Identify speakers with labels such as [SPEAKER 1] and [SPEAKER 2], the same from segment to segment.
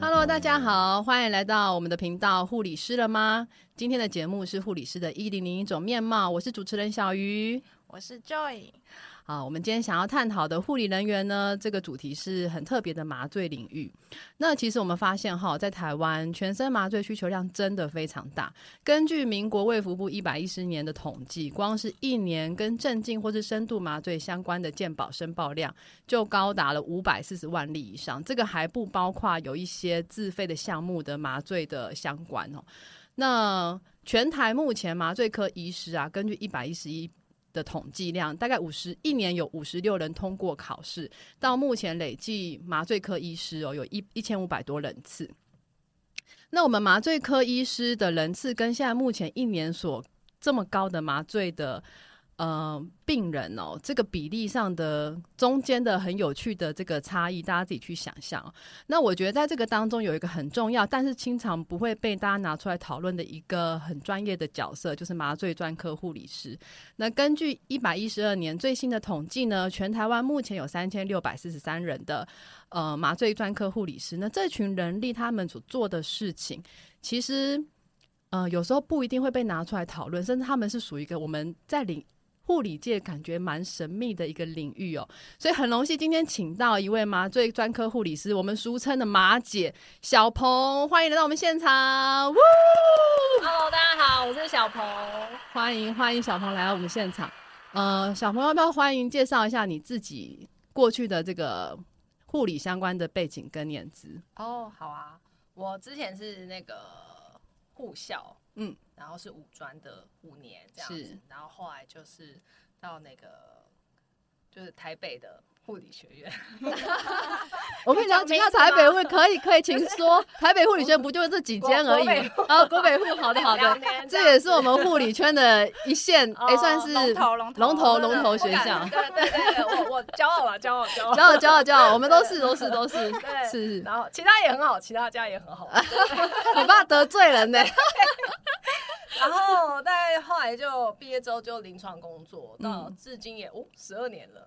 [SPEAKER 1] Hello，大家好，欢迎来到我们的频道《护理师了吗》。今天的节目是护理师的一零零一种面貌，我是主持人小鱼。
[SPEAKER 2] 我是 Joy，
[SPEAKER 1] 啊，我们今天想要探讨的护理人员呢，这个主题是很特别的麻醉领域。那其实我们发现哈，在台湾全身麻醉需求量真的非常大。根据民国卫福部一百一十年的统计，光是一年跟镇静或是深度麻醉相关的健保申报量就高达了五百四十万例以上，这个还不包括有一些自费的项目的麻醉的相关哦。那全台目前麻醉科医师啊，根据一百一十一的统计量，大概五十一年有五十六人通过考试，到目前累计麻醉科医师哦有一一千五百多人次。那我们麻醉科医师的人次跟现在目前一年所这么高的麻醉的呃病人哦，这个比例上的中间的很有趣的这个差异，大家自己去想象哦、那我觉得在这个当中有一个很重要，但是经常不会被大家拿出来讨论的一个很专业的角色，就是麻醉专科护理师。那根据一百一十二年最新的统计呢，全台湾目前有三千六百四十三人的呃麻醉专科护理师。那这群人力他们所做的事情，其实呃有时候不一定会被拿出来讨论，甚至他们是属于一个我们在领护理界感觉蛮神秘的一个领域哦。所以很荣幸今天请到一位麻醉专科护理师，我们俗称的麻姐小鹏，欢迎来到我们现场。呜
[SPEAKER 2] Hello，大家好，我是小鹏。
[SPEAKER 1] 欢迎欢迎小鹏来到我们现场。呃，小鹏要不要欢迎介绍一下你自己过去的这个护理相关的背景跟年资？
[SPEAKER 2] 哦、好啊，我之前是那个护校，
[SPEAKER 1] 嗯，
[SPEAKER 2] 然后是五专的五年这样
[SPEAKER 1] 是
[SPEAKER 2] 子，然后后来就是到那个就是台北的护理学 院，
[SPEAKER 1] 我跟你讲，
[SPEAKER 2] 讲
[SPEAKER 1] 请
[SPEAKER 2] 名
[SPEAKER 1] 到
[SPEAKER 2] 字
[SPEAKER 1] 台北
[SPEAKER 2] 吗
[SPEAKER 1] 会可以可以，请说。台北护理圈不就是这几间而已吗？啊，国北护，好的好
[SPEAKER 2] 两
[SPEAKER 1] 的，
[SPEAKER 2] 年
[SPEAKER 1] 这也是我们护理圈的一线，也算是
[SPEAKER 3] 龙头龙头
[SPEAKER 1] 龙头
[SPEAKER 3] 真
[SPEAKER 1] 龙
[SPEAKER 3] 的
[SPEAKER 1] 头
[SPEAKER 3] 不
[SPEAKER 1] 学
[SPEAKER 3] 敢
[SPEAKER 1] 校。
[SPEAKER 2] 对对对对，我我骄傲了，骄傲骄傲。
[SPEAKER 1] 骄傲骄傲骄傲，我们都是都是都是
[SPEAKER 2] 对
[SPEAKER 1] 是是，
[SPEAKER 2] 然后其他也很好，其他家也 很好。
[SPEAKER 1] 你爸得罪人呢。
[SPEAKER 2] 然后但后来就毕业之后就临床工作，到
[SPEAKER 1] 嗯
[SPEAKER 2] 至今也哦十二年了。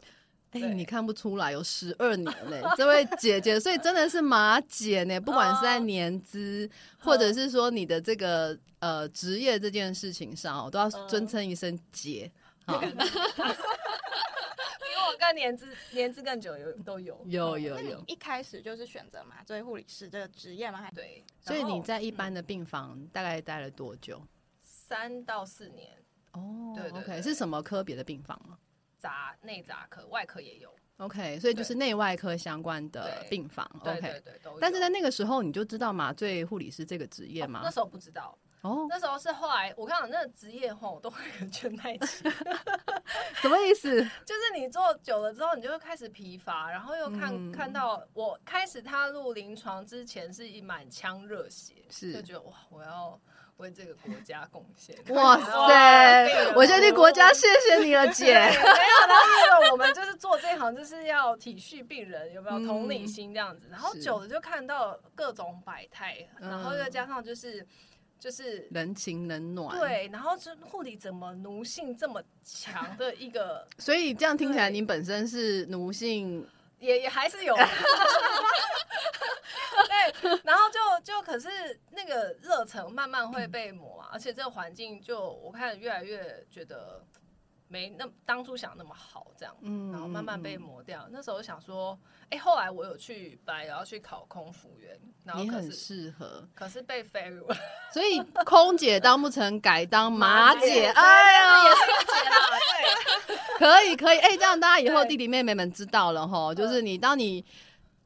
[SPEAKER 1] 哎、
[SPEAKER 2] 对
[SPEAKER 1] 你看不出来，有十二年嘞、这位姐姐，所以真的是马姐呢、不管是
[SPEAKER 2] 哦
[SPEAKER 1] 在年资，
[SPEAKER 2] 嗯
[SPEAKER 1] 或者是说你的这个呃职业这件事情上，我哦都要
[SPEAKER 2] 嗯
[SPEAKER 1] 尊称一声 姐。好，
[SPEAKER 2] 比我更年资年资更久有都有
[SPEAKER 1] 有有
[SPEAKER 3] 那你
[SPEAKER 1] 有，
[SPEAKER 3] 一开始就是选择麻醉护理师这个职业吗？还
[SPEAKER 2] 对，
[SPEAKER 1] 所以
[SPEAKER 2] 然后嗯
[SPEAKER 1] 你在一般的病房大概待了多久？
[SPEAKER 2] 三到四年
[SPEAKER 1] 哦
[SPEAKER 2] 对对
[SPEAKER 1] o k
[SPEAKER 2] 对
[SPEAKER 1] 是什么科别的病房吗
[SPEAKER 2] 杂内杂科、外科也有
[SPEAKER 1] ？OK，所以就是内外科相关的
[SPEAKER 2] 对
[SPEAKER 1] 病房。
[SPEAKER 2] 对
[SPEAKER 1] OK，
[SPEAKER 2] 对对都有。
[SPEAKER 1] 但是在那个时候你就知道麻醉护理师这个职业
[SPEAKER 2] 哦那
[SPEAKER 1] 吗？
[SPEAKER 2] 时候不知道，
[SPEAKER 1] 哦，
[SPEAKER 2] 那时候是后来我跟你讲，那个职业吼都会很倦怠 期，
[SPEAKER 1] 什么意思？
[SPEAKER 2] 就是你做久了之后，你就会开始疲乏，然后又看、
[SPEAKER 1] 嗯
[SPEAKER 2] 看到我开始踏入临床之前是一满腔热血，
[SPEAKER 1] 是
[SPEAKER 2] 就觉得哇，我要为这个国家贡献。
[SPEAKER 1] 哇塞！我先去国家谢谢你了，姐。
[SPEAKER 2] 没有，然后因为我们就是做这一行，就是要体恤病人，有没有
[SPEAKER 1] 嗯
[SPEAKER 2] 同理心这样子。然后
[SPEAKER 1] 是
[SPEAKER 2] 久了就看到各种百态，然后又
[SPEAKER 1] 嗯
[SPEAKER 2] 加上就是就是
[SPEAKER 1] 人情冷暖。，
[SPEAKER 2] 对，然后这护理怎么奴性这么强的一个，
[SPEAKER 1] 所以这样听起来，
[SPEAKER 2] 对
[SPEAKER 1] 您本身是奴性，
[SPEAKER 2] 也也还是有。 对，然后就就可是那个热忱慢慢会被磨啊，而且这个环境就我看越来越觉得没那当初想那么好这样。
[SPEAKER 1] 嗯
[SPEAKER 2] 然后慢慢被。磨掉。那时候想说，哎、后来我有去本来也要去考空服员，然后
[SPEAKER 1] 你
[SPEAKER 2] 可
[SPEAKER 1] 很
[SPEAKER 2] 是
[SPEAKER 1] 适合，
[SPEAKER 2] 可是被 fail 了，
[SPEAKER 1] 所以空姐当不成，改当马
[SPEAKER 2] 马
[SPEAKER 1] 姐。
[SPEAKER 2] 姐
[SPEAKER 1] 哎呦，
[SPEAKER 2] 姐啦，对，
[SPEAKER 1] 可以可以，哎，这样大家以后
[SPEAKER 2] 对嗯
[SPEAKER 1] 弟弟妹妹们知道了哈，就是你当你。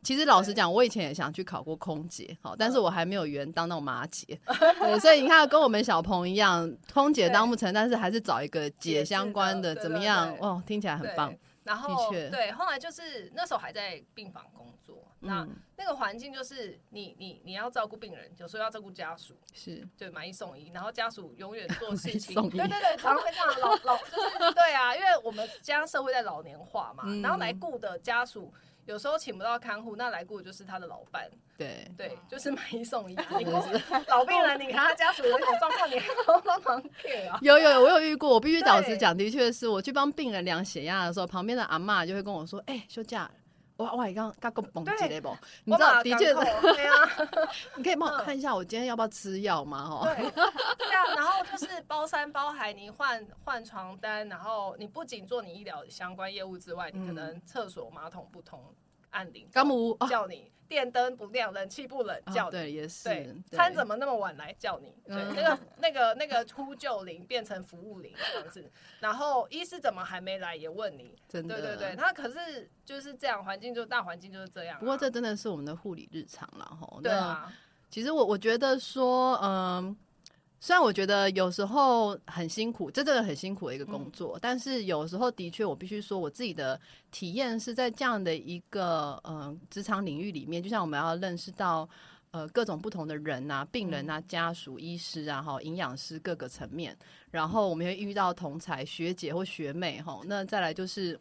[SPEAKER 1] 其实老实讲，我以前也想去考过空姐，好，但是
[SPEAKER 2] 嗯
[SPEAKER 1] 我还没有缘当到马姐， 对，所以你看，跟我们小鹏一样，空姐当不成，但是还是找一个姐
[SPEAKER 2] 姐
[SPEAKER 1] 相
[SPEAKER 2] 制
[SPEAKER 1] 关的，
[SPEAKER 2] 的对
[SPEAKER 1] 怎么
[SPEAKER 2] 对
[SPEAKER 1] 样？
[SPEAKER 2] 对
[SPEAKER 1] 哦，听起来很
[SPEAKER 2] 对
[SPEAKER 1] 棒，。
[SPEAKER 2] 然后
[SPEAKER 1] 确
[SPEAKER 2] 对，后来就是那时候还在病房工作，那、
[SPEAKER 1] 嗯，
[SPEAKER 2] 那个环境就是你你你要照顾病人，有时候要照顾家属，
[SPEAKER 1] 是，
[SPEAKER 2] 对，买一送一，然后家属永远做
[SPEAKER 1] 买一
[SPEAKER 2] 事情，
[SPEAKER 1] 送一
[SPEAKER 2] 对对对，常会这样老老就是对啊，因为我们家社会在老年化嘛，
[SPEAKER 1] 嗯
[SPEAKER 2] 然后来雇的家属有时候请不到看护，那来雇的就是他的老伴，
[SPEAKER 1] 对，
[SPEAKER 2] 对，就是买 一送一，你雇老病人，你给他家属有什么状况，你还要帮忙 care 啊。
[SPEAKER 1] 有有有，我有遇过。我必须
[SPEAKER 2] 对
[SPEAKER 1] 老实讲，的确是我去帮病人量血压的时候，旁边的阿嬷就会跟我说：“哎、休假了，哇哇，刚刚个蹦
[SPEAKER 2] 对
[SPEAKER 1] 起来不？你知道，的确，
[SPEAKER 2] 对啊，
[SPEAKER 1] 你可以帮我
[SPEAKER 2] 嗯
[SPEAKER 1] 看一下，我今天要不要吃药吗？哦，
[SPEAKER 2] 对，对啊，然后就是包山包海，你换换床单，然后你不仅做你医疗相关业务之外，你可
[SPEAKER 1] 嗯
[SPEAKER 2] 能厕所马桶不通，按铃
[SPEAKER 1] 干母啊，
[SPEAKER 2] 叫你，电灯不亮，冷气不冷
[SPEAKER 1] 啊
[SPEAKER 2] 叫你。
[SPEAKER 1] 对，也是
[SPEAKER 2] 对，
[SPEAKER 1] 对
[SPEAKER 2] 餐怎么那么晚来叫你？对，
[SPEAKER 1] 嗯
[SPEAKER 2] 那个、那个、那个呼救铃变成服务铃这样子，然后医师怎么还没来也问你，
[SPEAKER 1] 真的
[SPEAKER 2] 对对对，。那可是就是这样，环境就大环境就是这样啊、
[SPEAKER 1] 不过这真的是我们的护理日常了吼。
[SPEAKER 2] 对
[SPEAKER 1] 那
[SPEAKER 2] 啊，
[SPEAKER 1] 其实我我觉得说，嗯，虽然我觉得有时候很辛苦，这真的很辛苦的一个工作，但是有时候的确，我必须说我自己的体验是在这样的一个嗯职场领域里面，就像我们要认识到。呃，各种不同的人呐、病人呐、啊家属、医师啊，哈，营养师各个层面，然后我们也会遇到同才学姐或学妹，哈，那再来就是，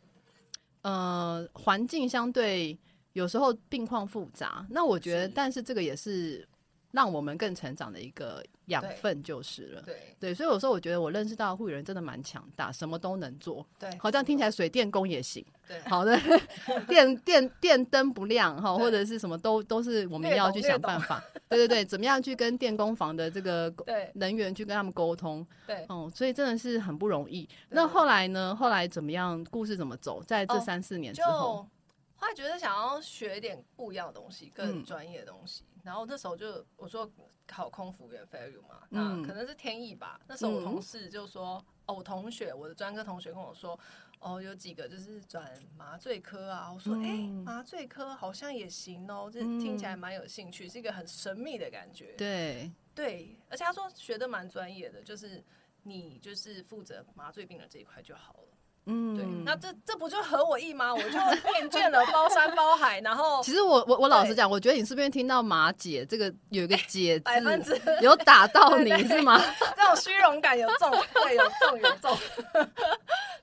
[SPEAKER 1] 呃，环境相对有时候病况复杂，那我觉得，
[SPEAKER 2] 是
[SPEAKER 1] 但是这个也是让我们更成长的一个养分就是了。
[SPEAKER 2] 对
[SPEAKER 1] 对，所以有时候我觉得我认识到护理人真的蛮强大，什么都能做。
[SPEAKER 2] 对，
[SPEAKER 1] 好像听起来水电工也行，
[SPEAKER 2] 哎哦对，
[SPEAKER 1] 好的， 电电电灯不亮哈，
[SPEAKER 2] 对
[SPEAKER 1] 或者是什么都都是我们要去想办法。对对对，怎么样去跟电工房的这个
[SPEAKER 2] 对
[SPEAKER 1] 人员去跟他们沟通？
[SPEAKER 2] 对
[SPEAKER 1] 哦，所以真的是很不容易。那后来呢？后来怎么样？故事怎么走？在这
[SPEAKER 2] 哦
[SPEAKER 1] 三四年之
[SPEAKER 2] 就
[SPEAKER 1] 后，
[SPEAKER 2] 后来觉得想要学一点不一样的东西，更
[SPEAKER 1] 嗯
[SPEAKER 2] 专业的东西。然后那时候就我说考空服员 value 嘛，
[SPEAKER 1] 嗯
[SPEAKER 2] 那可能是天意吧。那时候我
[SPEAKER 1] 嗯
[SPEAKER 2] 同事就说，哦，我同学，我的专科同学跟我说，哦，有几个就是转麻醉科啊。我说，哎、
[SPEAKER 1] 嗯
[SPEAKER 2] 麻醉科好像也行哦，就是
[SPEAKER 1] 嗯
[SPEAKER 2] 听起来蛮有兴趣，是一个很神秘的感觉。
[SPEAKER 1] 对，
[SPEAKER 2] 对，而且他说学的蛮专业的，就是你就是负责麻醉病人这一块就好了。
[SPEAKER 1] 嗯，
[SPEAKER 2] 对，那这这不就合我意吗？我就厌倦了包山包海，然后
[SPEAKER 1] 其实我我我老实
[SPEAKER 2] 对哎
[SPEAKER 1] 讲，我觉得你是不是听到马姐这个有一个姐
[SPEAKER 2] 百分
[SPEAKER 1] 字，
[SPEAKER 2] 之 这
[SPEAKER 1] 有打到你
[SPEAKER 2] 对对
[SPEAKER 1] 是吗？
[SPEAKER 2] 种虚荣感有重，对，有重有重。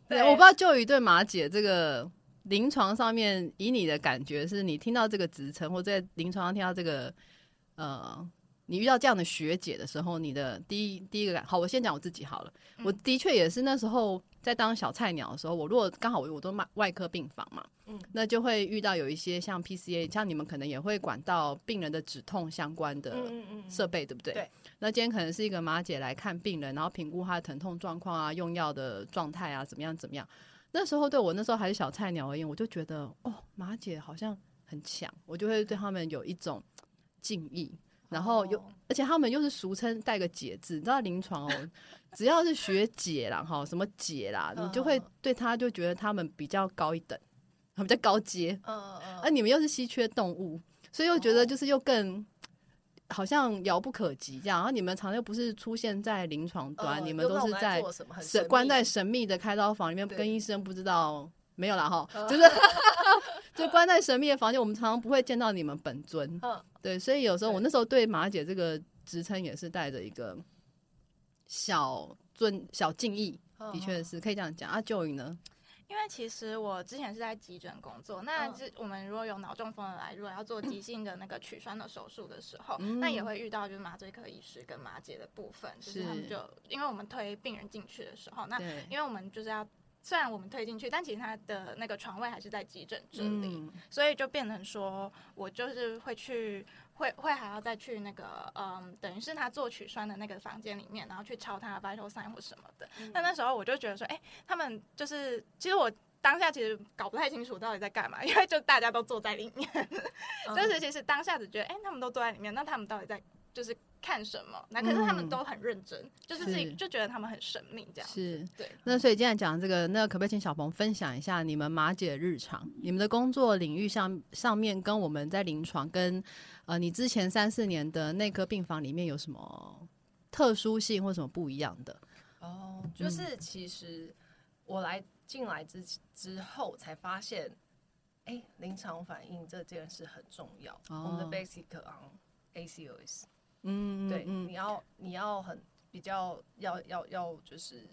[SPEAKER 2] 对，
[SPEAKER 1] 我不知道就宇对马姐这个临床上面，以你的感觉，是你听到这个职称，或在临床上听到这个，呃，你遇到这样的学姐的时候，你的第一第一个感，好，我先讲我自己好了。
[SPEAKER 2] 嗯
[SPEAKER 1] 我的确也是那时候在当小菜鸟的时候，我如果刚好我我都外外科病房嘛，
[SPEAKER 2] 嗯
[SPEAKER 1] 那就会遇到有一些像 PCA，像你们可能也会管到病人的止痛相关的。
[SPEAKER 2] 嗯嗯嗯，
[SPEAKER 1] 设备，对不对？
[SPEAKER 2] 对
[SPEAKER 1] 那今天可能是一个马姐来看病人，然后评估他的疼痛状况啊、用药的状态啊，怎么样怎么样。那时候对我那时候还是小菜鸟而言，我就觉得哦，马姐好像很强，我就会对他们有一种敬意。然后有，
[SPEAKER 2] 哦
[SPEAKER 1] 而且他们又是俗称带个“姐”字，你知道临床哦，只要是学姐啦，哈，什么姐啦，你就会
[SPEAKER 2] 嗯
[SPEAKER 1] 对他就觉得他们比较高一等，比较高阶。
[SPEAKER 2] 嗯嗯
[SPEAKER 1] 啊，
[SPEAKER 2] 嗯，
[SPEAKER 1] 你们又是稀缺动物，所以又觉得
[SPEAKER 2] 哦
[SPEAKER 1] 就是又更。好像遥不可及这样，然后你们常常又不是出现在临床端，
[SPEAKER 2] 嗯
[SPEAKER 1] 你们
[SPEAKER 2] 又
[SPEAKER 1] 都
[SPEAKER 2] 不
[SPEAKER 1] 是
[SPEAKER 2] 知道我
[SPEAKER 1] 在
[SPEAKER 2] 做什么很神
[SPEAKER 1] 神
[SPEAKER 2] 秘
[SPEAKER 1] 关在神秘的开刀房里面，
[SPEAKER 2] 对
[SPEAKER 1] 跟医生不知道没有啦哈，
[SPEAKER 2] 嗯
[SPEAKER 1] 就是 就关在神秘的房间，我们常常不会见到你们本尊。
[SPEAKER 2] 嗯
[SPEAKER 1] 对，所以有时候
[SPEAKER 2] 对
[SPEAKER 1] 我那时候对马姐这个职称也是带着一个小尊小敬意，
[SPEAKER 2] 嗯
[SPEAKER 1] 的确是可以这样讲。啊，Joy 呢？
[SPEAKER 3] 因为其实我之前是在急诊工作，
[SPEAKER 1] 嗯
[SPEAKER 3] 那这我们如果有脑中风的来，如果要做急性的那个取栓的手术的时候，
[SPEAKER 1] 嗯
[SPEAKER 3] 那也会遇到就是麻醉科医师跟麻姐的部分，就是他
[SPEAKER 1] 是
[SPEAKER 3] 们就因为我们推病人进去的时
[SPEAKER 2] 啊
[SPEAKER 3] 候，那
[SPEAKER 1] 对，
[SPEAKER 3] 因为我们就是要。虽然我们推进去，但其实他的那个床位还是在急诊这里，
[SPEAKER 1] 嗯
[SPEAKER 3] 所以就变成说我就是会去，会会还要再去那个，嗯，等于是他做取栓的那个房间里面，然后去敲他的 vital sign 或什么的。
[SPEAKER 1] 嗯
[SPEAKER 3] 那那时候我就觉得说，哎、他们就是，其实我当下其实搞不太清楚到底在干嘛，因为就大家都坐在里面，
[SPEAKER 2] 嗯
[SPEAKER 3] 就是其实当下只觉得，哎、他们都坐在里面，那他们到底在就是看什么？那可是他
[SPEAKER 1] 嗯
[SPEAKER 3] 们都很认真，就是自己
[SPEAKER 1] 是
[SPEAKER 3] 就觉得他们很神秘这样。
[SPEAKER 1] 是。
[SPEAKER 3] 对，
[SPEAKER 1] 那所以今天讲这个，那可不可以请小鹏分享一下你们马姐的日常？你们的工作领域上上面跟我们在临床跟呃你之前三四年的内科病房里面有什么特殊性或什么不一样的？
[SPEAKER 2] 哦，
[SPEAKER 1] 嗯
[SPEAKER 2] 就是其实我来进来之之后才发现，哎，临场反应这件事很重要。我们
[SPEAKER 1] 哦
[SPEAKER 2] 的 basic on ACOS，
[SPEAKER 1] 嗯，
[SPEAKER 2] 对，
[SPEAKER 1] 嗯
[SPEAKER 2] 你，要你要很比较要要要就是，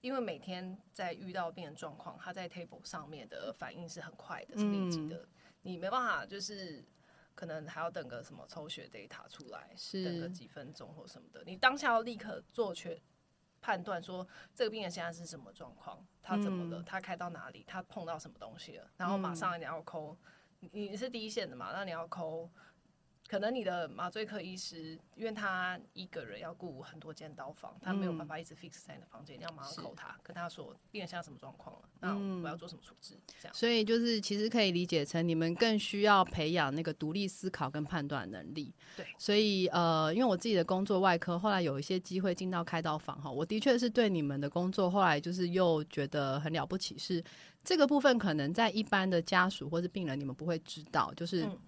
[SPEAKER 2] 因为每天在遇到病人状况，他在 table 上面的反应是很快的，是立即
[SPEAKER 1] 嗯
[SPEAKER 2] 的，你没办法就是可能还要等个什么抽血 data 出来，等个
[SPEAKER 1] 是
[SPEAKER 2] 几分钟或什么的，你当下要立刻做决判断说这个病人现在是什么状况，他怎么了，
[SPEAKER 1] 嗯
[SPEAKER 2] 他开到哪里，他碰到什么东西了，然后马上你要抠，你你是第一线的嘛，那你要抠。可能你的麻醉科医师，因为他一个人要顾很多间刀房，他没有办法一直 fix 在你的房间，你要马上
[SPEAKER 1] 嗯是嗯
[SPEAKER 2] 扣他，跟他说病人现在什么状况了，那我要做什么处置，这样。
[SPEAKER 1] 所以就是其实可以理解成你们更需要培养那个独立思考跟判断能力。
[SPEAKER 2] 对
[SPEAKER 1] 所以呃，因为我自己的工作外科，后来有一些机会进到开刀房哈，我的确是对你们的工作后来就是又觉得很了不起是，这个部分可能在一般的家属或是病人你们不会知道，就是。
[SPEAKER 2] 嗯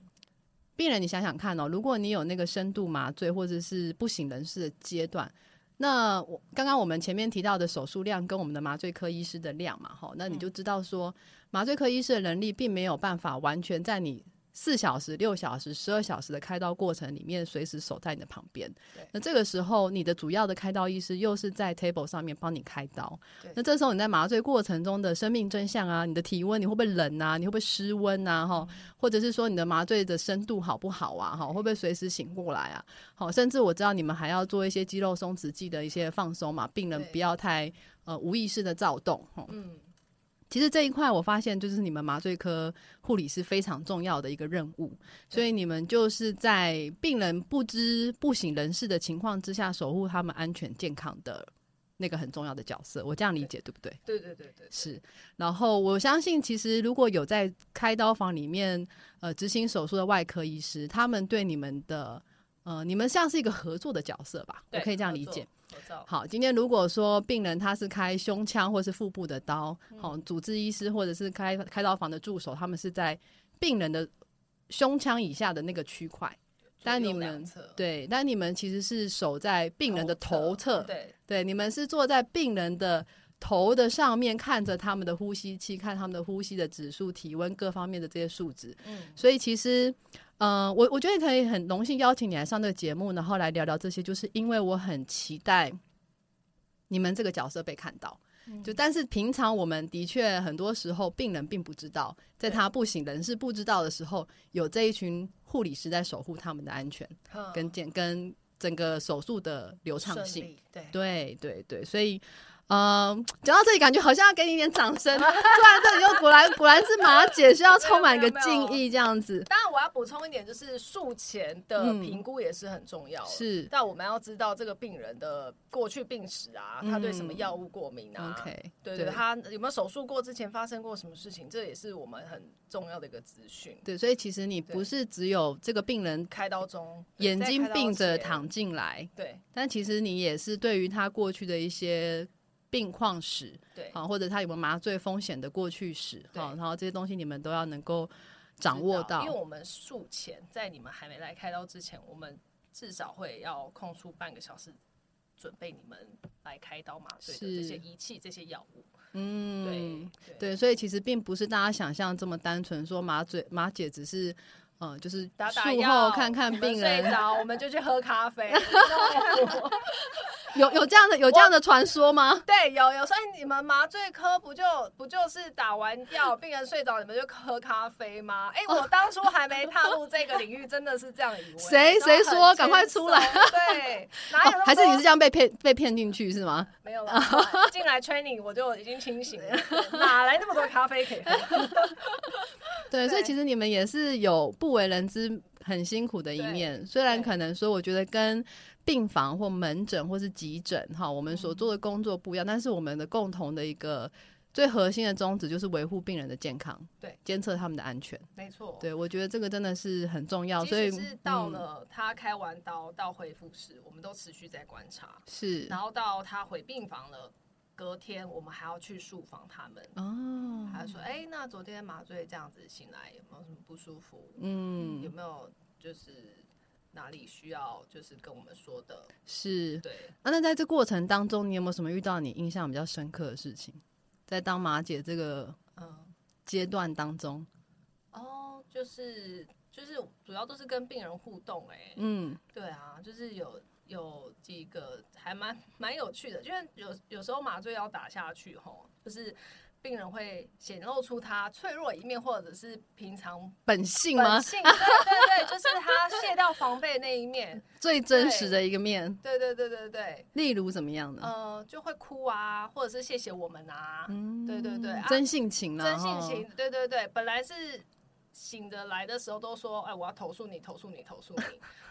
[SPEAKER 1] 病人，你想想看哦，如果你有那个深度麻醉或者是不省人事的阶段，那我刚刚我们前面提到的手术量跟我们的麻醉科医师的量嘛，哈，
[SPEAKER 2] 嗯
[SPEAKER 1] 那你就知道说，麻醉科医师的能力并没有办法完全在你四小时、六小时、十二小时的开刀过程里面随时守在你的旁边
[SPEAKER 2] 对。
[SPEAKER 1] 那这个时候，你的主要的开刀医师又是在 table 上面帮你开刀
[SPEAKER 2] 对。
[SPEAKER 1] 那这时候你在麻醉过程中的生命真相啊，你的体温你会不会冷啊，你会不会失温啊，哈，
[SPEAKER 2] 嗯
[SPEAKER 1] 或者是说你的麻醉的深度好不好啊，哈，会不会随时醒过来啊？好，甚至我知道你们还要做一些肌肉松弛剂的一些放松嘛，病人
[SPEAKER 2] 对
[SPEAKER 1] 不要太呃无意识的躁动，哈。
[SPEAKER 2] 嗯，
[SPEAKER 1] 其实这一块我发现，就是你们麻醉科护理是非常重要的一个任务，所以你们就是在病人不知不省人事的情况之下，守护他们安全健康的那个很重要的角色。我这样理解对不对？
[SPEAKER 2] 对对对对，
[SPEAKER 1] 是，然后我相信，其实如果有在开刀房里面呃执行手术的外科医师，他们对你们的呃，你们像是一个合作的角色吧，我
[SPEAKER 2] 对
[SPEAKER 1] 可以这样理解。。
[SPEAKER 2] 合作合照，
[SPEAKER 1] 好，今天如果说病人他是开胸腔或是腹部的刀，好、主治医师或者是开开刀房的助手，他们是在病人的胸腔以下的那个区块，但你们
[SPEAKER 2] 对
[SPEAKER 1] 对，但你们其实是守在病人的头侧，
[SPEAKER 2] 对
[SPEAKER 1] 对，你们是坐在病人的头的上面，看着他们的呼吸器，看他们的呼吸的指数、体温各方面的这些数值，
[SPEAKER 2] 嗯
[SPEAKER 1] 所以其实，呃，我我觉得可以很荣幸邀请你来上这个节目，然后来聊聊这些，就是因为我很期待你们这个角色被看到。
[SPEAKER 2] 嗯
[SPEAKER 1] 就但是平常我们的确很多时候病人并不知道，在他不省人事不知道的时候，有这一群护理师在守护他们的安全
[SPEAKER 2] 嗯
[SPEAKER 1] 跟健跟整个手术的流畅
[SPEAKER 2] 顺
[SPEAKER 1] 性。
[SPEAKER 2] 利对
[SPEAKER 1] 对对对，所以。嗯，讲到这里，感觉好像要给你一点掌声。突然这里又果然果然是马姐，需要充满一个
[SPEAKER 2] 没有没有
[SPEAKER 1] 敬意这样子。
[SPEAKER 2] 当然，我要补充一点，就是术前的
[SPEAKER 1] 嗯
[SPEAKER 2] 评估也是很重要的。
[SPEAKER 1] 是
[SPEAKER 2] 但我们要知道这个病人的过去病史啊，他对什么药物过敏啊
[SPEAKER 1] 嗯 OK，
[SPEAKER 2] 对
[SPEAKER 1] 对
[SPEAKER 2] 对，他有没有手术过，之前发生过什么事情，这也是我们很重要的一个资讯。
[SPEAKER 1] 对，所以其实你不
[SPEAKER 2] 对
[SPEAKER 1] 是只有这个病人
[SPEAKER 2] 开刀中，对
[SPEAKER 1] 眼睛闭着，
[SPEAKER 2] 在开刀
[SPEAKER 1] 躺进来，
[SPEAKER 2] 前对
[SPEAKER 1] 但其实你也是对于他过去的一些病况史
[SPEAKER 2] 对
[SPEAKER 1] 啊，或者他有没有麻醉风险的过去史
[SPEAKER 2] 对
[SPEAKER 1] 啊，然后这些东西你们都要能够掌握
[SPEAKER 2] 知道
[SPEAKER 1] 到
[SPEAKER 2] 因。为我们术前在你们还没来开刀之前，我们至少会要空出半个小时。准备你们来开刀麻醉的
[SPEAKER 1] 是
[SPEAKER 2] 这些仪器、这些药物，
[SPEAKER 1] 嗯
[SPEAKER 2] 对，
[SPEAKER 1] 对，所以其实并不是大家想象这么单纯，说麻醉麻姐只是。嗯，就是
[SPEAKER 2] 打打
[SPEAKER 1] 术
[SPEAKER 2] 药
[SPEAKER 1] 后看看
[SPEAKER 2] 你们
[SPEAKER 1] 病人
[SPEAKER 2] 睡，着，我们就去喝 咖啡。
[SPEAKER 1] 有有这样的有这样的传说吗？哦
[SPEAKER 2] 对，有有，所以你们麻醉科不就不就是打完药，病人睡着，你们就喝咖啡吗？ 哎、我当初还没踏入这个领域，真的是这样以为。
[SPEAKER 1] 谁
[SPEAKER 2] 都很
[SPEAKER 1] 谁说赶快出来
[SPEAKER 2] 轻松？ 对，哪有那
[SPEAKER 1] 哦
[SPEAKER 2] 么多、
[SPEAKER 1] 还是你是这样被骗被骗进去是吗？
[SPEAKER 2] 没有 了？进来 training 我就已经清醒了，哪来那么多咖啡可 以喝？
[SPEAKER 1] 对，所以
[SPEAKER 2] 对
[SPEAKER 1] 其实你们也是有不为人知、很辛苦的一
[SPEAKER 2] 对
[SPEAKER 1] 面。虽然
[SPEAKER 2] 对
[SPEAKER 1] 可能说，我觉得跟病房或门诊或是急诊哈，我们所
[SPEAKER 2] 嗯
[SPEAKER 1] 做的工作不一样，但是我们的共同的一个最核心的宗旨就是维护病人的健康，
[SPEAKER 2] 对，
[SPEAKER 1] 监测他们的安全。
[SPEAKER 2] 没错。
[SPEAKER 1] 对，我觉得这个真的是很重要。
[SPEAKER 2] 即
[SPEAKER 1] 所以
[SPEAKER 2] 使是到
[SPEAKER 1] 嗯
[SPEAKER 2] 了他开完刀到恢复室，我们都持续在观察，
[SPEAKER 1] 是
[SPEAKER 2] 然后到他回病房了，隔天我们还要去术房他们，
[SPEAKER 1] 哦，
[SPEAKER 2] 他就说：“哎、那昨天麻醉这样子醒来有没有什么不舒服？有
[SPEAKER 1] 嗯，
[SPEAKER 2] 没有就是哪里需要就是跟我们说的？
[SPEAKER 1] 是
[SPEAKER 2] 对，
[SPEAKER 1] 啊。那在这过程当中，你有没有什么遇到你印象比较深刻的事情？在当马姐这个
[SPEAKER 2] 嗯，
[SPEAKER 1] 阶段当中，
[SPEAKER 2] 哦，就是就是主要都是跟病人互动、哎、
[SPEAKER 1] 嗯。
[SPEAKER 2] 对啊，就是有有几个还蛮蛮有趣的，因为有有时候麻醉药打下去吼，就是。病人会显露出他脆弱的一面，或者是平常
[SPEAKER 1] 本性吗
[SPEAKER 2] 本？性，对对对，就是他卸掉防备那一面，
[SPEAKER 1] 最真实的一个面，
[SPEAKER 2] 对对对对对，
[SPEAKER 1] 例如怎么样呢？
[SPEAKER 2] 呃，就会哭啊，或者是谢谢我们啊，
[SPEAKER 1] 嗯
[SPEAKER 2] 对对对啊
[SPEAKER 1] 真性情啦，
[SPEAKER 2] 真性
[SPEAKER 1] 哈
[SPEAKER 2] 情，对对对，本来是醒着来的时候都说，哎，我要投诉你，投诉你，投 诉你。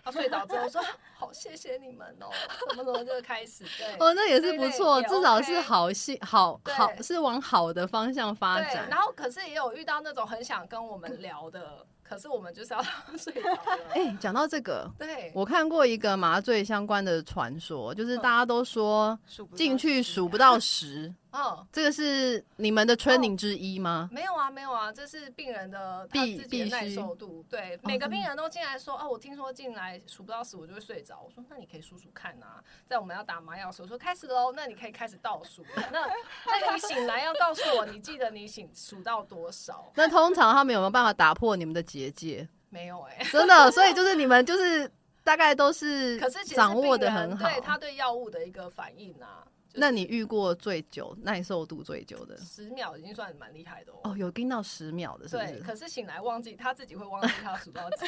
[SPEAKER 2] 他睡倒之后说，好，谢谢你们哦，怎么怎么就开始对。
[SPEAKER 1] 哦，那也是不错，
[SPEAKER 2] 对对也
[SPEAKER 1] 至少是
[SPEAKER 2] OK
[SPEAKER 1] 好性好
[SPEAKER 2] 对
[SPEAKER 1] 好是往好的方向发
[SPEAKER 2] 对，
[SPEAKER 1] 展
[SPEAKER 2] 然。后可是也有遇到那种很想跟我们聊的，可是我们就是要 让他睡着了。
[SPEAKER 1] 哎，讲到这个，
[SPEAKER 2] 对，
[SPEAKER 1] 我看过一个麻醉相关的传说，就是
[SPEAKER 2] 嗯
[SPEAKER 1] 大家都说
[SPEAKER 3] 数不
[SPEAKER 1] 进
[SPEAKER 3] 到
[SPEAKER 1] 去
[SPEAKER 3] 十
[SPEAKER 1] 数不到十，
[SPEAKER 2] 嗯，
[SPEAKER 1] 这个是你们的 training 之一吗？
[SPEAKER 2] 没有啊，没有啊，这是病人的他
[SPEAKER 1] 必
[SPEAKER 2] 自己的耐
[SPEAKER 1] 必须哦
[SPEAKER 2] 受度。对，每
[SPEAKER 1] 真
[SPEAKER 2] 个
[SPEAKER 1] 的
[SPEAKER 2] 病人都进来说，哦，我听说进来数不到十我就会睡着。我说，那你可以数数看啊，在我们要打麻药的时候，我说开始喽，那你可以开始倒数 了。那那你醒来要告诉我，你记得你醒数到多少？
[SPEAKER 1] 那通常他们有没有办法打破你们的结界？
[SPEAKER 2] 没有 哎、
[SPEAKER 1] 真的，所以就是你们就是大概都是
[SPEAKER 2] 可是其实
[SPEAKER 1] 掌握
[SPEAKER 2] 病
[SPEAKER 1] 的
[SPEAKER 2] 人
[SPEAKER 1] 很好。
[SPEAKER 2] 对他对药物的一个反应啊，就是
[SPEAKER 1] 那你遇过最久耐受度最久的？
[SPEAKER 2] 十秒已经算蛮厉害的哦。
[SPEAKER 1] 哦，有盯到十秒的，是不
[SPEAKER 2] 对，
[SPEAKER 1] 是？
[SPEAKER 2] 可是醒来忘记，他自己会忘记他数到几。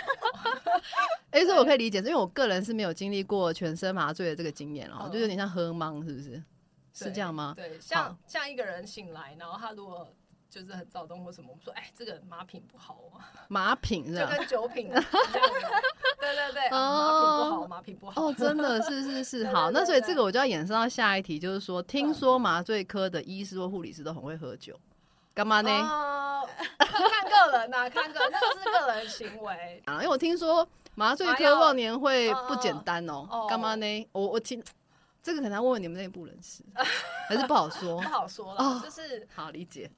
[SPEAKER 1] 哎，这我可以理解，因为我个人是没有经历过全身麻醉的这个经验哦，
[SPEAKER 2] 嗯
[SPEAKER 1] 就有点像喝懵，是不是？是这样吗？
[SPEAKER 2] 对，像像一个人醒来，然后他如果就是很躁动或什么，我们说哎，这个马品不好哦，
[SPEAKER 1] 麻品是
[SPEAKER 2] 就
[SPEAKER 1] 吧？
[SPEAKER 2] 跟酒 品一样。对对对，
[SPEAKER 1] 哦
[SPEAKER 2] 马品不好，马品不好。
[SPEAKER 1] 哦，真的是是是，
[SPEAKER 2] 对
[SPEAKER 1] 好，
[SPEAKER 2] 对
[SPEAKER 1] 那
[SPEAKER 2] 对
[SPEAKER 1] 所以
[SPEAKER 2] 对
[SPEAKER 1] 这个我就要延伸到下一题，就是说，听
[SPEAKER 2] 嗯
[SPEAKER 1] 说麻醉科的医师或护理师都很会喝酒，干嘛呢？
[SPEAKER 2] 哦，看个人呐，看个人，那个是个人行为。
[SPEAKER 1] 啊，因为我听说麻醉
[SPEAKER 2] 麻
[SPEAKER 1] 科
[SPEAKER 2] 药
[SPEAKER 1] 忘年会不简单
[SPEAKER 2] 哎嗯
[SPEAKER 1] 哦
[SPEAKER 2] 嗯，
[SPEAKER 1] 干嘛呢？我我听这个可能要问问你们内部人士，还是不好说
[SPEAKER 2] 不。好说
[SPEAKER 1] 哦
[SPEAKER 2] 了，就是
[SPEAKER 1] 好理 解，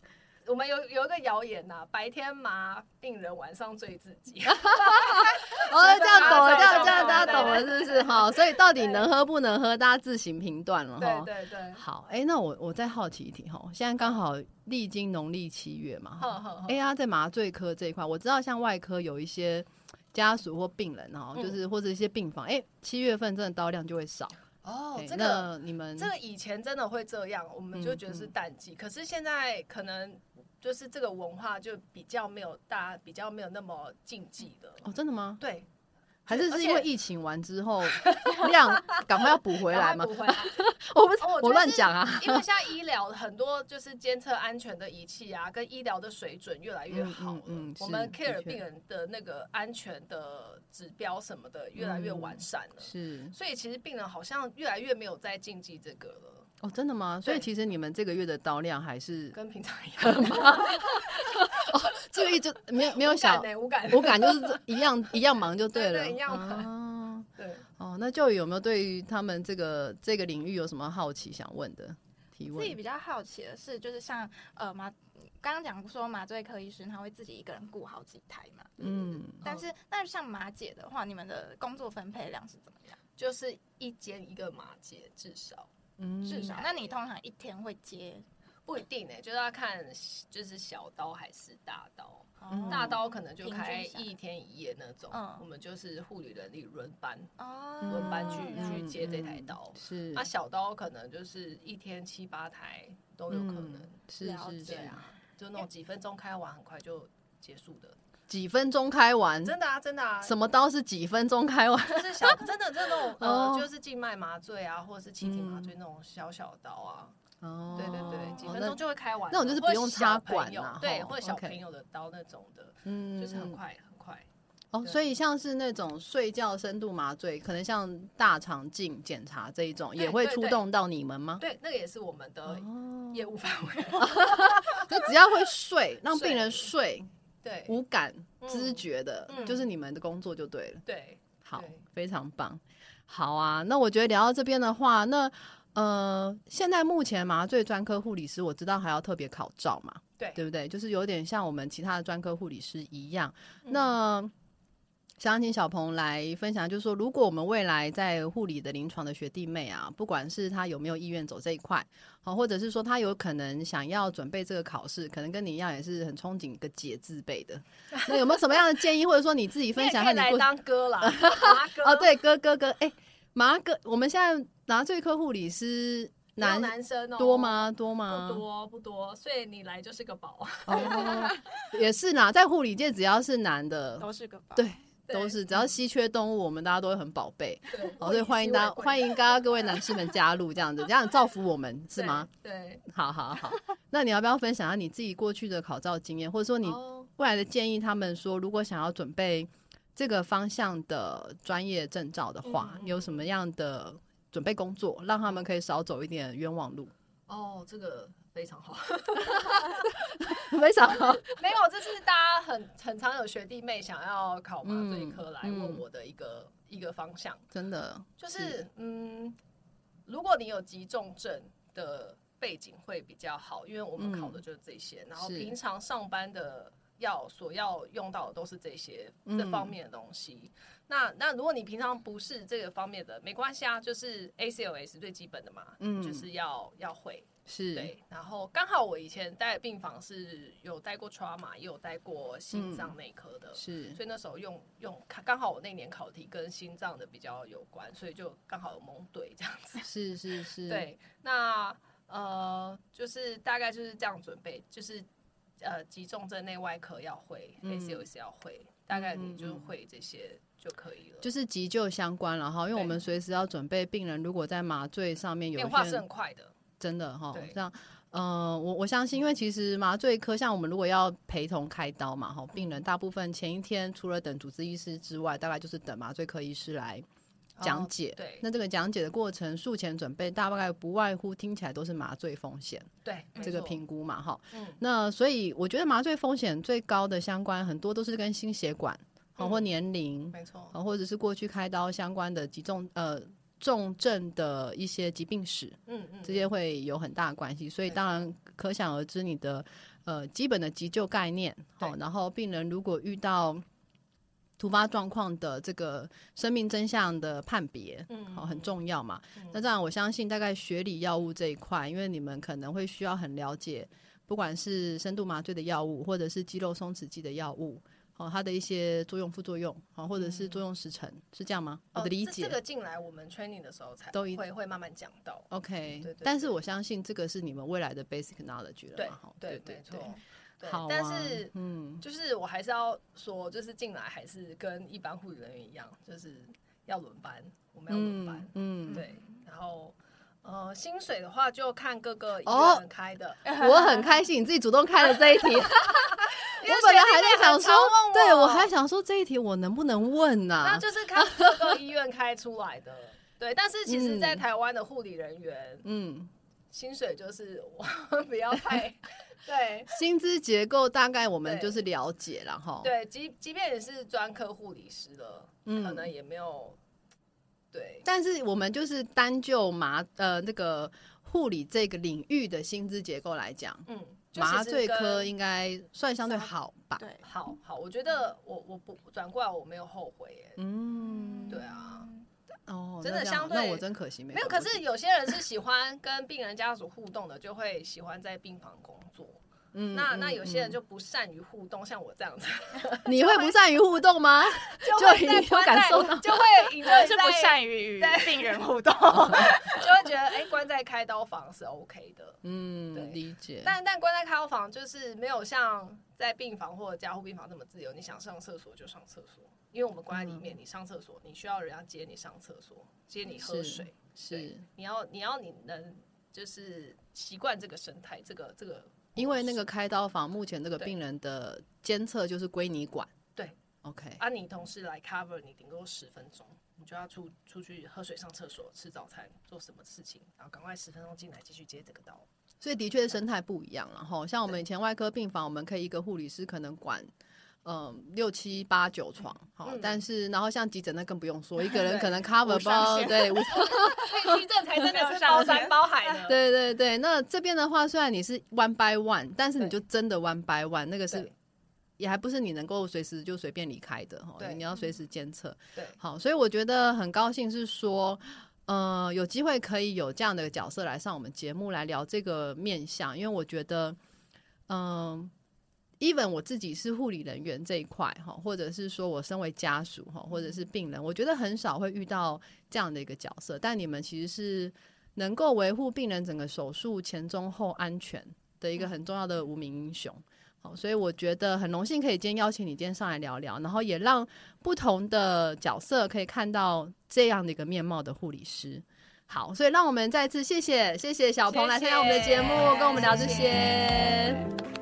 [SPEAKER 2] 我们有有一个谣言呐，白天麻病人，晚上醉自己。
[SPEAKER 1] 哦，这样懂了，这
[SPEAKER 2] 这
[SPEAKER 1] 样
[SPEAKER 2] 样
[SPEAKER 1] 这样
[SPEAKER 2] 懂
[SPEAKER 1] 大
[SPEAKER 2] 了
[SPEAKER 1] 家懂了，是不是？哈，所以到底能喝不能喝，大家自行评断了
[SPEAKER 2] 对
[SPEAKER 1] 哈。
[SPEAKER 2] 对对，
[SPEAKER 1] 好，哎，那我我再好奇一题哈，现在刚好历经农历七月嘛，
[SPEAKER 2] 呵呵呵，
[SPEAKER 1] 哎呀，在麻醉科这一块，我知道像外科有一些家属或病人哈，
[SPEAKER 2] 嗯
[SPEAKER 1] 就是或者一些病房，哎，七月份真的刀量就会少。
[SPEAKER 2] 哦
[SPEAKER 1] 诶，
[SPEAKER 2] 这
[SPEAKER 1] 那
[SPEAKER 2] 个
[SPEAKER 1] 你们
[SPEAKER 2] 这个以前真的会这样，我们就觉得是淡
[SPEAKER 1] 嗯
[SPEAKER 2] 季，可是现在可能就是这个文化就比较没有大，比较没有那么禁忌的。
[SPEAKER 1] 哦，真的吗？
[SPEAKER 2] 对，
[SPEAKER 1] 还是
[SPEAKER 2] 而
[SPEAKER 1] 是
[SPEAKER 2] 且
[SPEAKER 1] 因为疫情完之后 量赶快要补回来嘛？
[SPEAKER 2] 嘛，不回来，
[SPEAKER 1] 我不是
[SPEAKER 2] 哦我觉得
[SPEAKER 1] 我乱讲啊。
[SPEAKER 2] 因为现在医疗很多就是监测安全的仪器啊，跟医疗的水准越来越好了。
[SPEAKER 1] 嗯嗯嗯
[SPEAKER 2] 我
[SPEAKER 1] 是
[SPEAKER 2] 们
[SPEAKER 1] 的
[SPEAKER 2] care
[SPEAKER 1] 确
[SPEAKER 2] 病人的那个安全的指标什么的越来越完善了，
[SPEAKER 1] 是
[SPEAKER 2] 所以其实病人好像越来越没有在禁忌这个了，
[SPEAKER 1] 哦，真的吗？所以
[SPEAKER 2] 对
[SPEAKER 1] 其实你们这个月的刀量还是
[SPEAKER 2] 跟平常一样。
[SPEAKER 1] 这个月 就没 有没有
[SPEAKER 2] 无感
[SPEAKER 1] 小
[SPEAKER 2] 呢、，无感。
[SPEAKER 1] 我感就是这一样一样忙就了。
[SPEAKER 2] 对对一样
[SPEAKER 1] 忙。
[SPEAKER 2] 对。
[SPEAKER 1] 哦，那就有没有对于他们这个这个领域有什么好奇想问的提
[SPEAKER 3] 自己
[SPEAKER 1] 问？
[SPEAKER 3] 比较好奇的是，就是像呃麻，刚刚讲说麻醉科医师他会自己一个人顾好几台嘛，
[SPEAKER 1] 嗯，
[SPEAKER 3] 但是那像马姐的话，你们的工作分配量是怎么样？
[SPEAKER 2] 就是一间一个马街，至少
[SPEAKER 1] 嗯
[SPEAKER 3] 至少，那你通常一天会接
[SPEAKER 2] 不一定呢、就是要看就是小刀还是大刀。
[SPEAKER 3] 哦
[SPEAKER 1] 嗯
[SPEAKER 2] 大刀可能就
[SPEAKER 3] 平
[SPEAKER 2] 开
[SPEAKER 3] 均下来
[SPEAKER 2] 一天一夜那种，
[SPEAKER 3] 嗯
[SPEAKER 2] 我们就是护理人力轮班，
[SPEAKER 3] 哦，
[SPEAKER 2] 轮班去
[SPEAKER 3] 了
[SPEAKER 2] 去
[SPEAKER 3] 解
[SPEAKER 2] 接这台刀
[SPEAKER 1] 嗯
[SPEAKER 2] 啊
[SPEAKER 1] 是
[SPEAKER 2] 那、小刀可能就是一天七八台都有可能，
[SPEAKER 1] 嗯是
[SPEAKER 3] 了
[SPEAKER 1] 是
[SPEAKER 3] 解
[SPEAKER 2] 对
[SPEAKER 1] 是，
[SPEAKER 2] 啊，就那种几分钟开完，很快就结束的，
[SPEAKER 1] 几分钟开完，
[SPEAKER 2] 真的啊，真的啊，
[SPEAKER 1] 嗯什么刀是几分钟开完？
[SPEAKER 2] 就是小真的 这种
[SPEAKER 1] 哦嗯
[SPEAKER 2] 呃，就是静脉麻醉啊，或者是气体麻醉那种小小刀啊，
[SPEAKER 1] 哦
[SPEAKER 2] 对对对，几分
[SPEAKER 1] 那
[SPEAKER 2] 钟就会开完了，
[SPEAKER 1] 那种就是不
[SPEAKER 2] 或者
[SPEAKER 1] 用
[SPEAKER 2] 小
[SPEAKER 1] 插
[SPEAKER 2] 朋
[SPEAKER 1] 管
[SPEAKER 2] 友
[SPEAKER 1] 啦
[SPEAKER 2] 对，
[SPEAKER 1] 吼
[SPEAKER 2] 或者小
[SPEAKER 1] OK
[SPEAKER 2] 朋友的刀那种的，
[SPEAKER 1] 嗯
[SPEAKER 2] 就是很
[SPEAKER 1] 嗯
[SPEAKER 2] 快很快。
[SPEAKER 1] 哦，
[SPEAKER 2] 对
[SPEAKER 1] 所以像是那种睡觉深度麻醉，可能像大肠镜检查这一种，
[SPEAKER 2] 对
[SPEAKER 1] 也会
[SPEAKER 2] 对
[SPEAKER 1] 触
[SPEAKER 2] 对
[SPEAKER 1] 动到你们吗？
[SPEAKER 2] 对，那个也是我们的
[SPEAKER 1] 哦，
[SPEAKER 2] 业务范围。
[SPEAKER 1] 就只要会睡，让
[SPEAKER 2] 睡
[SPEAKER 1] 病人睡
[SPEAKER 2] 对
[SPEAKER 1] 无感
[SPEAKER 2] 嗯
[SPEAKER 1] 知觉的，
[SPEAKER 2] 嗯
[SPEAKER 1] 就是你们的工作就对了。
[SPEAKER 2] 对，
[SPEAKER 1] 好
[SPEAKER 2] 对，
[SPEAKER 1] 非常棒。好啊，那我觉得聊到这边的话，那呃，现在目前麻醉专科护理师，我知道还要特别考照嘛，
[SPEAKER 2] 对
[SPEAKER 1] 对不对？就是有点像我们其他的专科护理师一样。
[SPEAKER 2] 嗯
[SPEAKER 1] 那想请小鹏来分享，就是说，如果我们未来在护理的临床的学弟妹啊，不管是他有没有意愿走这一块，好，或者是说他有可能想要准备这个考试，可能跟你一样也是很憧憬一个解字辈的，那有没有什么样的建议，或者说你自己分享一
[SPEAKER 2] 你
[SPEAKER 1] 下
[SPEAKER 2] 也可以
[SPEAKER 1] 你过
[SPEAKER 2] 来
[SPEAKER 1] 去
[SPEAKER 2] 当 哥啦，麻哥
[SPEAKER 1] 哦哦，，对，哥哥哥，哎、麻哥，我们现在麻醉科护理师
[SPEAKER 2] 没有
[SPEAKER 1] 男
[SPEAKER 2] 男生哦
[SPEAKER 1] 多？吗？嗯多吗？
[SPEAKER 2] 不多不多，所以你来就是个宝。啊
[SPEAKER 1] 哦，也是啦，在护理界只要是男的，
[SPEAKER 3] 都是个宝。
[SPEAKER 1] 对
[SPEAKER 2] 哦对嗯
[SPEAKER 1] 都是只要稀缺动物，我们大家都会很宝贝。
[SPEAKER 2] 对，
[SPEAKER 1] 哦，所以欢迎大家，欢
[SPEAKER 2] 迎
[SPEAKER 1] 迎大家各位男性们加入，这样子，这样造福我们是吗？？
[SPEAKER 2] 对，
[SPEAKER 1] 好好好，那你要不要分享一下你自己过去的考照经验，或者说
[SPEAKER 2] 对
[SPEAKER 1] 你
[SPEAKER 2] 哦
[SPEAKER 1] 未来的建议？他们说，如果想要准备这个方向的专业证照的话，
[SPEAKER 2] 嗯嗯
[SPEAKER 1] 你有什么样的准备工作，让他们可以少走一点冤枉路？
[SPEAKER 2] 哦，这个非 常好。
[SPEAKER 1] 没想到，
[SPEAKER 2] 没有，这是大家很很常有学弟妹想要考麻醉科来
[SPEAKER 1] 嗯嗯
[SPEAKER 2] 问我的一个、一个方向，
[SPEAKER 1] 真的
[SPEAKER 2] 就是嗯，如果你有急重症的背景会比较好，因为我们
[SPEAKER 1] 嗯
[SPEAKER 2] 考的就是这些，然后
[SPEAKER 1] 是嗯
[SPEAKER 2] 平常上班的要所要用到的都是这些、
[SPEAKER 1] 嗯
[SPEAKER 2] 这方面的东西。那那如果你平常不是这个方面的，没关系啊，就是 ACLS 最基本的嘛，
[SPEAKER 1] 嗯
[SPEAKER 2] 就是要要会。
[SPEAKER 1] 是，
[SPEAKER 2] 对，然后刚好我以前待的病房是有待过 trauma，也有待过心
[SPEAKER 1] 嗯
[SPEAKER 2] 脏内科的，
[SPEAKER 1] 是
[SPEAKER 2] 所以那时候用用刚好我那年考题跟心脏的比较有关，所以就刚好有蒙对这样子。
[SPEAKER 1] 是是是，，
[SPEAKER 2] 对，那呃，就是大概就是这样准备，就是呃，急重症内外科要会、
[SPEAKER 1] 嗯
[SPEAKER 2] a c o s 要会，大概
[SPEAKER 1] 嗯嗯
[SPEAKER 2] 你就
[SPEAKER 1] 嗯
[SPEAKER 2] 会这些就可以了。
[SPEAKER 1] 就是急救相关了哈，因为
[SPEAKER 2] 对
[SPEAKER 1] 我们随时要准备病人，如果在麻醉上面有
[SPEAKER 2] 变
[SPEAKER 1] 一
[SPEAKER 2] 化
[SPEAKER 1] 些
[SPEAKER 2] 是很
[SPEAKER 1] 人
[SPEAKER 2] 快的，
[SPEAKER 1] 真的哈
[SPEAKER 2] 对，
[SPEAKER 1] 这样。呃，我我相信，因为其实麻醉科像我们如果要陪同开刀嘛，哈，病人大部分前一天除了等主治医师之外，大概就是等麻醉科医师来讲解。
[SPEAKER 2] 哦对
[SPEAKER 1] 那这个讲解的过程，术前准备大概不外乎听起来都是麻醉风险
[SPEAKER 2] 对，没
[SPEAKER 1] 这个
[SPEAKER 2] 错，
[SPEAKER 1] 评估嘛，哈。
[SPEAKER 2] 嗯，
[SPEAKER 1] 那所以我觉得麻醉风险最高的相关很多都是跟心血管，好、
[SPEAKER 2] 嗯
[SPEAKER 1] 或年龄，
[SPEAKER 2] 没错，
[SPEAKER 1] 啊，或者是过去开刀相关的急重呃重症的一些疾病史，
[SPEAKER 2] 嗯嗯，
[SPEAKER 1] 这些会有很大的关系。所以
[SPEAKER 2] 没
[SPEAKER 1] 当然可想而知，你的呃基本的急救概念，好、
[SPEAKER 2] 对
[SPEAKER 1] 然后病人如果遇到突发状况的这个生命真相的判别。
[SPEAKER 2] 嗯
[SPEAKER 1] 好，很重要嘛。
[SPEAKER 2] 嗯
[SPEAKER 1] 那当然，我相信大概学理药物这一块，因为你们可能会需要很了解，不管是深度麻醉的药物，或者是肌肉松弛剂的药物，哦，它的一些作用、副作用，哦，或者是作用时程，是这样吗？我
[SPEAKER 2] 嗯哦
[SPEAKER 1] 的理
[SPEAKER 2] 这
[SPEAKER 1] 解。
[SPEAKER 2] 这个进来我们 training 的时候才
[SPEAKER 1] 都一哦
[SPEAKER 2] 会会慢慢讲到。
[SPEAKER 1] OK，
[SPEAKER 2] 嗯对对
[SPEAKER 1] 但
[SPEAKER 2] 对
[SPEAKER 1] 是我相信这个是你们未来的 basic knowledge 了
[SPEAKER 2] 对
[SPEAKER 1] 嘛？哈
[SPEAKER 2] 对
[SPEAKER 1] 对
[SPEAKER 2] 没错。对
[SPEAKER 1] 好啊，
[SPEAKER 2] 但是
[SPEAKER 1] 嗯，
[SPEAKER 2] 就是我还是要说，就是进来还是跟一般护理人员一样，就是要轮班，我们要轮班。
[SPEAKER 1] 嗯，嗯
[SPEAKER 2] 对，然后呃，薪水的话就看各个医
[SPEAKER 1] 哦
[SPEAKER 2] 院开的。
[SPEAKER 1] 我很开心你自己主动开了这一题， 我
[SPEAKER 2] 因为
[SPEAKER 1] 本来
[SPEAKER 2] 学弟
[SPEAKER 1] 还
[SPEAKER 2] 妹
[SPEAKER 1] 在
[SPEAKER 2] 很
[SPEAKER 1] 想说
[SPEAKER 2] 常问，
[SPEAKER 1] 对我还想说这一题我能不能问呐、
[SPEAKER 2] 那就是看各个医院开出来的。对，但是其实，在
[SPEAKER 1] 嗯
[SPEAKER 2] 台湾的护理人员
[SPEAKER 1] 嗯，
[SPEAKER 2] 薪水就是我们不要太 对，
[SPEAKER 1] 薪资结构大概我们
[SPEAKER 2] 对
[SPEAKER 1] 就是了解了哈。，
[SPEAKER 2] 对，即即便你是专科护理师了，
[SPEAKER 1] 嗯
[SPEAKER 2] 可能也没有对
[SPEAKER 1] 但是我们就是单就麻呃那个护理这个领域的薪资结构来讲，
[SPEAKER 2] 嗯，就
[SPEAKER 1] 麻
[SPEAKER 2] 其实
[SPEAKER 1] 醉
[SPEAKER 2] 跟
[SPEAKER 1] 科应该算相对
[SPEAKER 3] 稍
[SPEAKER 1] 好吧？
[SPEAKER 3] 对，
[SPEAKER 2] 好好，我觉得我我不转过来我没有后悔耶，
[SPEAKER 1] 嗯，
[SPEAKER 2] 对啊
[SPEAKER 1] 哦，
[SPEAKER 2] 真
[SPEAKER 1] 那
[SPEAKER 2] 的
[SPEAKER 1] 这样
[SPEAKER 2] 相
[SPEAKER 1] 那
[SPEAKER 2] 对
[SPEAKER 1] 我真可惜没
[SPEAKER 2] 没有。
[SPEAKER 1] 考
[SPEAKER 2] 可
[SPEAKER 1] 过这
[SPEAKER 2] 是有些人是喜欢跟病人家属互动的，就会喜欢在病房工作。
[SPEAKER 1] 嗯
[SPEAKER 2] 那
[SPEAKER 1] 嗯
[SPEAKER 2] 那有些人
[SPEAKER 1] 嗯
[SPEAKER 2] 就不善于互动，像我这样子，
[SPEAKER 1] 你会不善于互动 吗？就
[SPEAKER 2] 会
[SPEAKER 1] 已经
[SPEAKER 2] 在
[SPEAKER 1] 有
[SPEAKER 2] 关
[SPEAKER 1] 感
[SPEAKER 2] 在
[SPEAKER 1] 受到
[SPEAKER 2] 就会隐
[SPEAKER 3] 我
[SPEAKER 2] 忍
[SPEAKER 3] 是不
[SPEAKER 2] 在，
[SPEAKER 3] 善于与
[SPEAKER 2] 对
[SPEAKER 3] 病人 互动。
[SPEAKER 2] 就会觉得哎，关在开刀房是 OK 的。对
[SPEAKER 1] 嗯，理解。
[SPEAKER 2] 但但关在开刀房就是没有像在病房或者加护病房那么自由，你想上厕所就上厕所，因为我们关
[SPEAKER 1] 嗯
[SPEAKER 2] 在里面，你上厕所你需要人家接你上厕所，接你喝
[SPEAKER 1] 是
[SPEAKER 2] 水，
[SPEAKER 1] 是
[SPEAKER 2] 你要你要你能就是习惯这个生态，这个这个
[SPEAKER 1] 因为那个开刀房目前这个
[SPEAKER 2] 对
[SPEAKER 1] 病人的监测就是归你管。
[SPEAKER 2] 对
[SPEAKER 1] ，OK，
[SPEAKER 2] 啊，你同事来 cover 你顶多十分钟，你就要出出去喝水、上厕所、吃早餐、做什么事情，然后赶快十分钟进来继续接这个刀。
[SPEAKER 1] 所以的确生态不一样了哈。像我们以前外科病房，我们可以一个护理师可能管。嗯，六七八九床，好、
[SPEAKER 2] 嗯
[SPEAKER 1] 但是然后像急诊那更不用 说，一个人可能 cover
[SPEAKER 3] 无上
[SPEAKER 1] 包
[SPEAKER 3] 限
[SPEAKER 1] 对，无
[SPEAKER 2] 所以急诊才真的是 包山包海的，
[SPEAKER 1] 对对对。那这边的话，虽然你是 one by one，但是你
[SPEAKER 2] 对
[SPEAKER 1] 就真的 one by one，那个是
[SPEAKER 2] 对
[SPEAKER 1] 也还不是你能够随时就随便离开的哈，
[SPEAKER 2] 对
[SPEAKER 1] 你要随时监测。
[SPEAKER 2] 对
[SPEAKER 1] 好，所以我觉得很高兴是说，呃，有机会可以有这样的角色来上我们节目来聊这个面向，因为我觉得，嗯、e v e n 我自己是护理人员这一块哈，或者是说我身为家属哈，或者是病人，我觉得很少会遇到这样的一个角色，但你们其实是。能够维护病人整个手术前中后安全的一
[SPEAKER 2] 嗯
[SPEAKER 1] 个很重要的无名英雄。好，所以我觉得很荣幸可以今天邀请你今天上来聊聊，然后也让不同的角色可以看到这样的一个面貌的护理师。好，所以让我们再次谢谢谢谢小鹏来参加我们的节目，
[SPEAKER 2] 谢谢
[SPEAKER 1] 跟我们聊这些。
[SPEAKER 2] 谢谢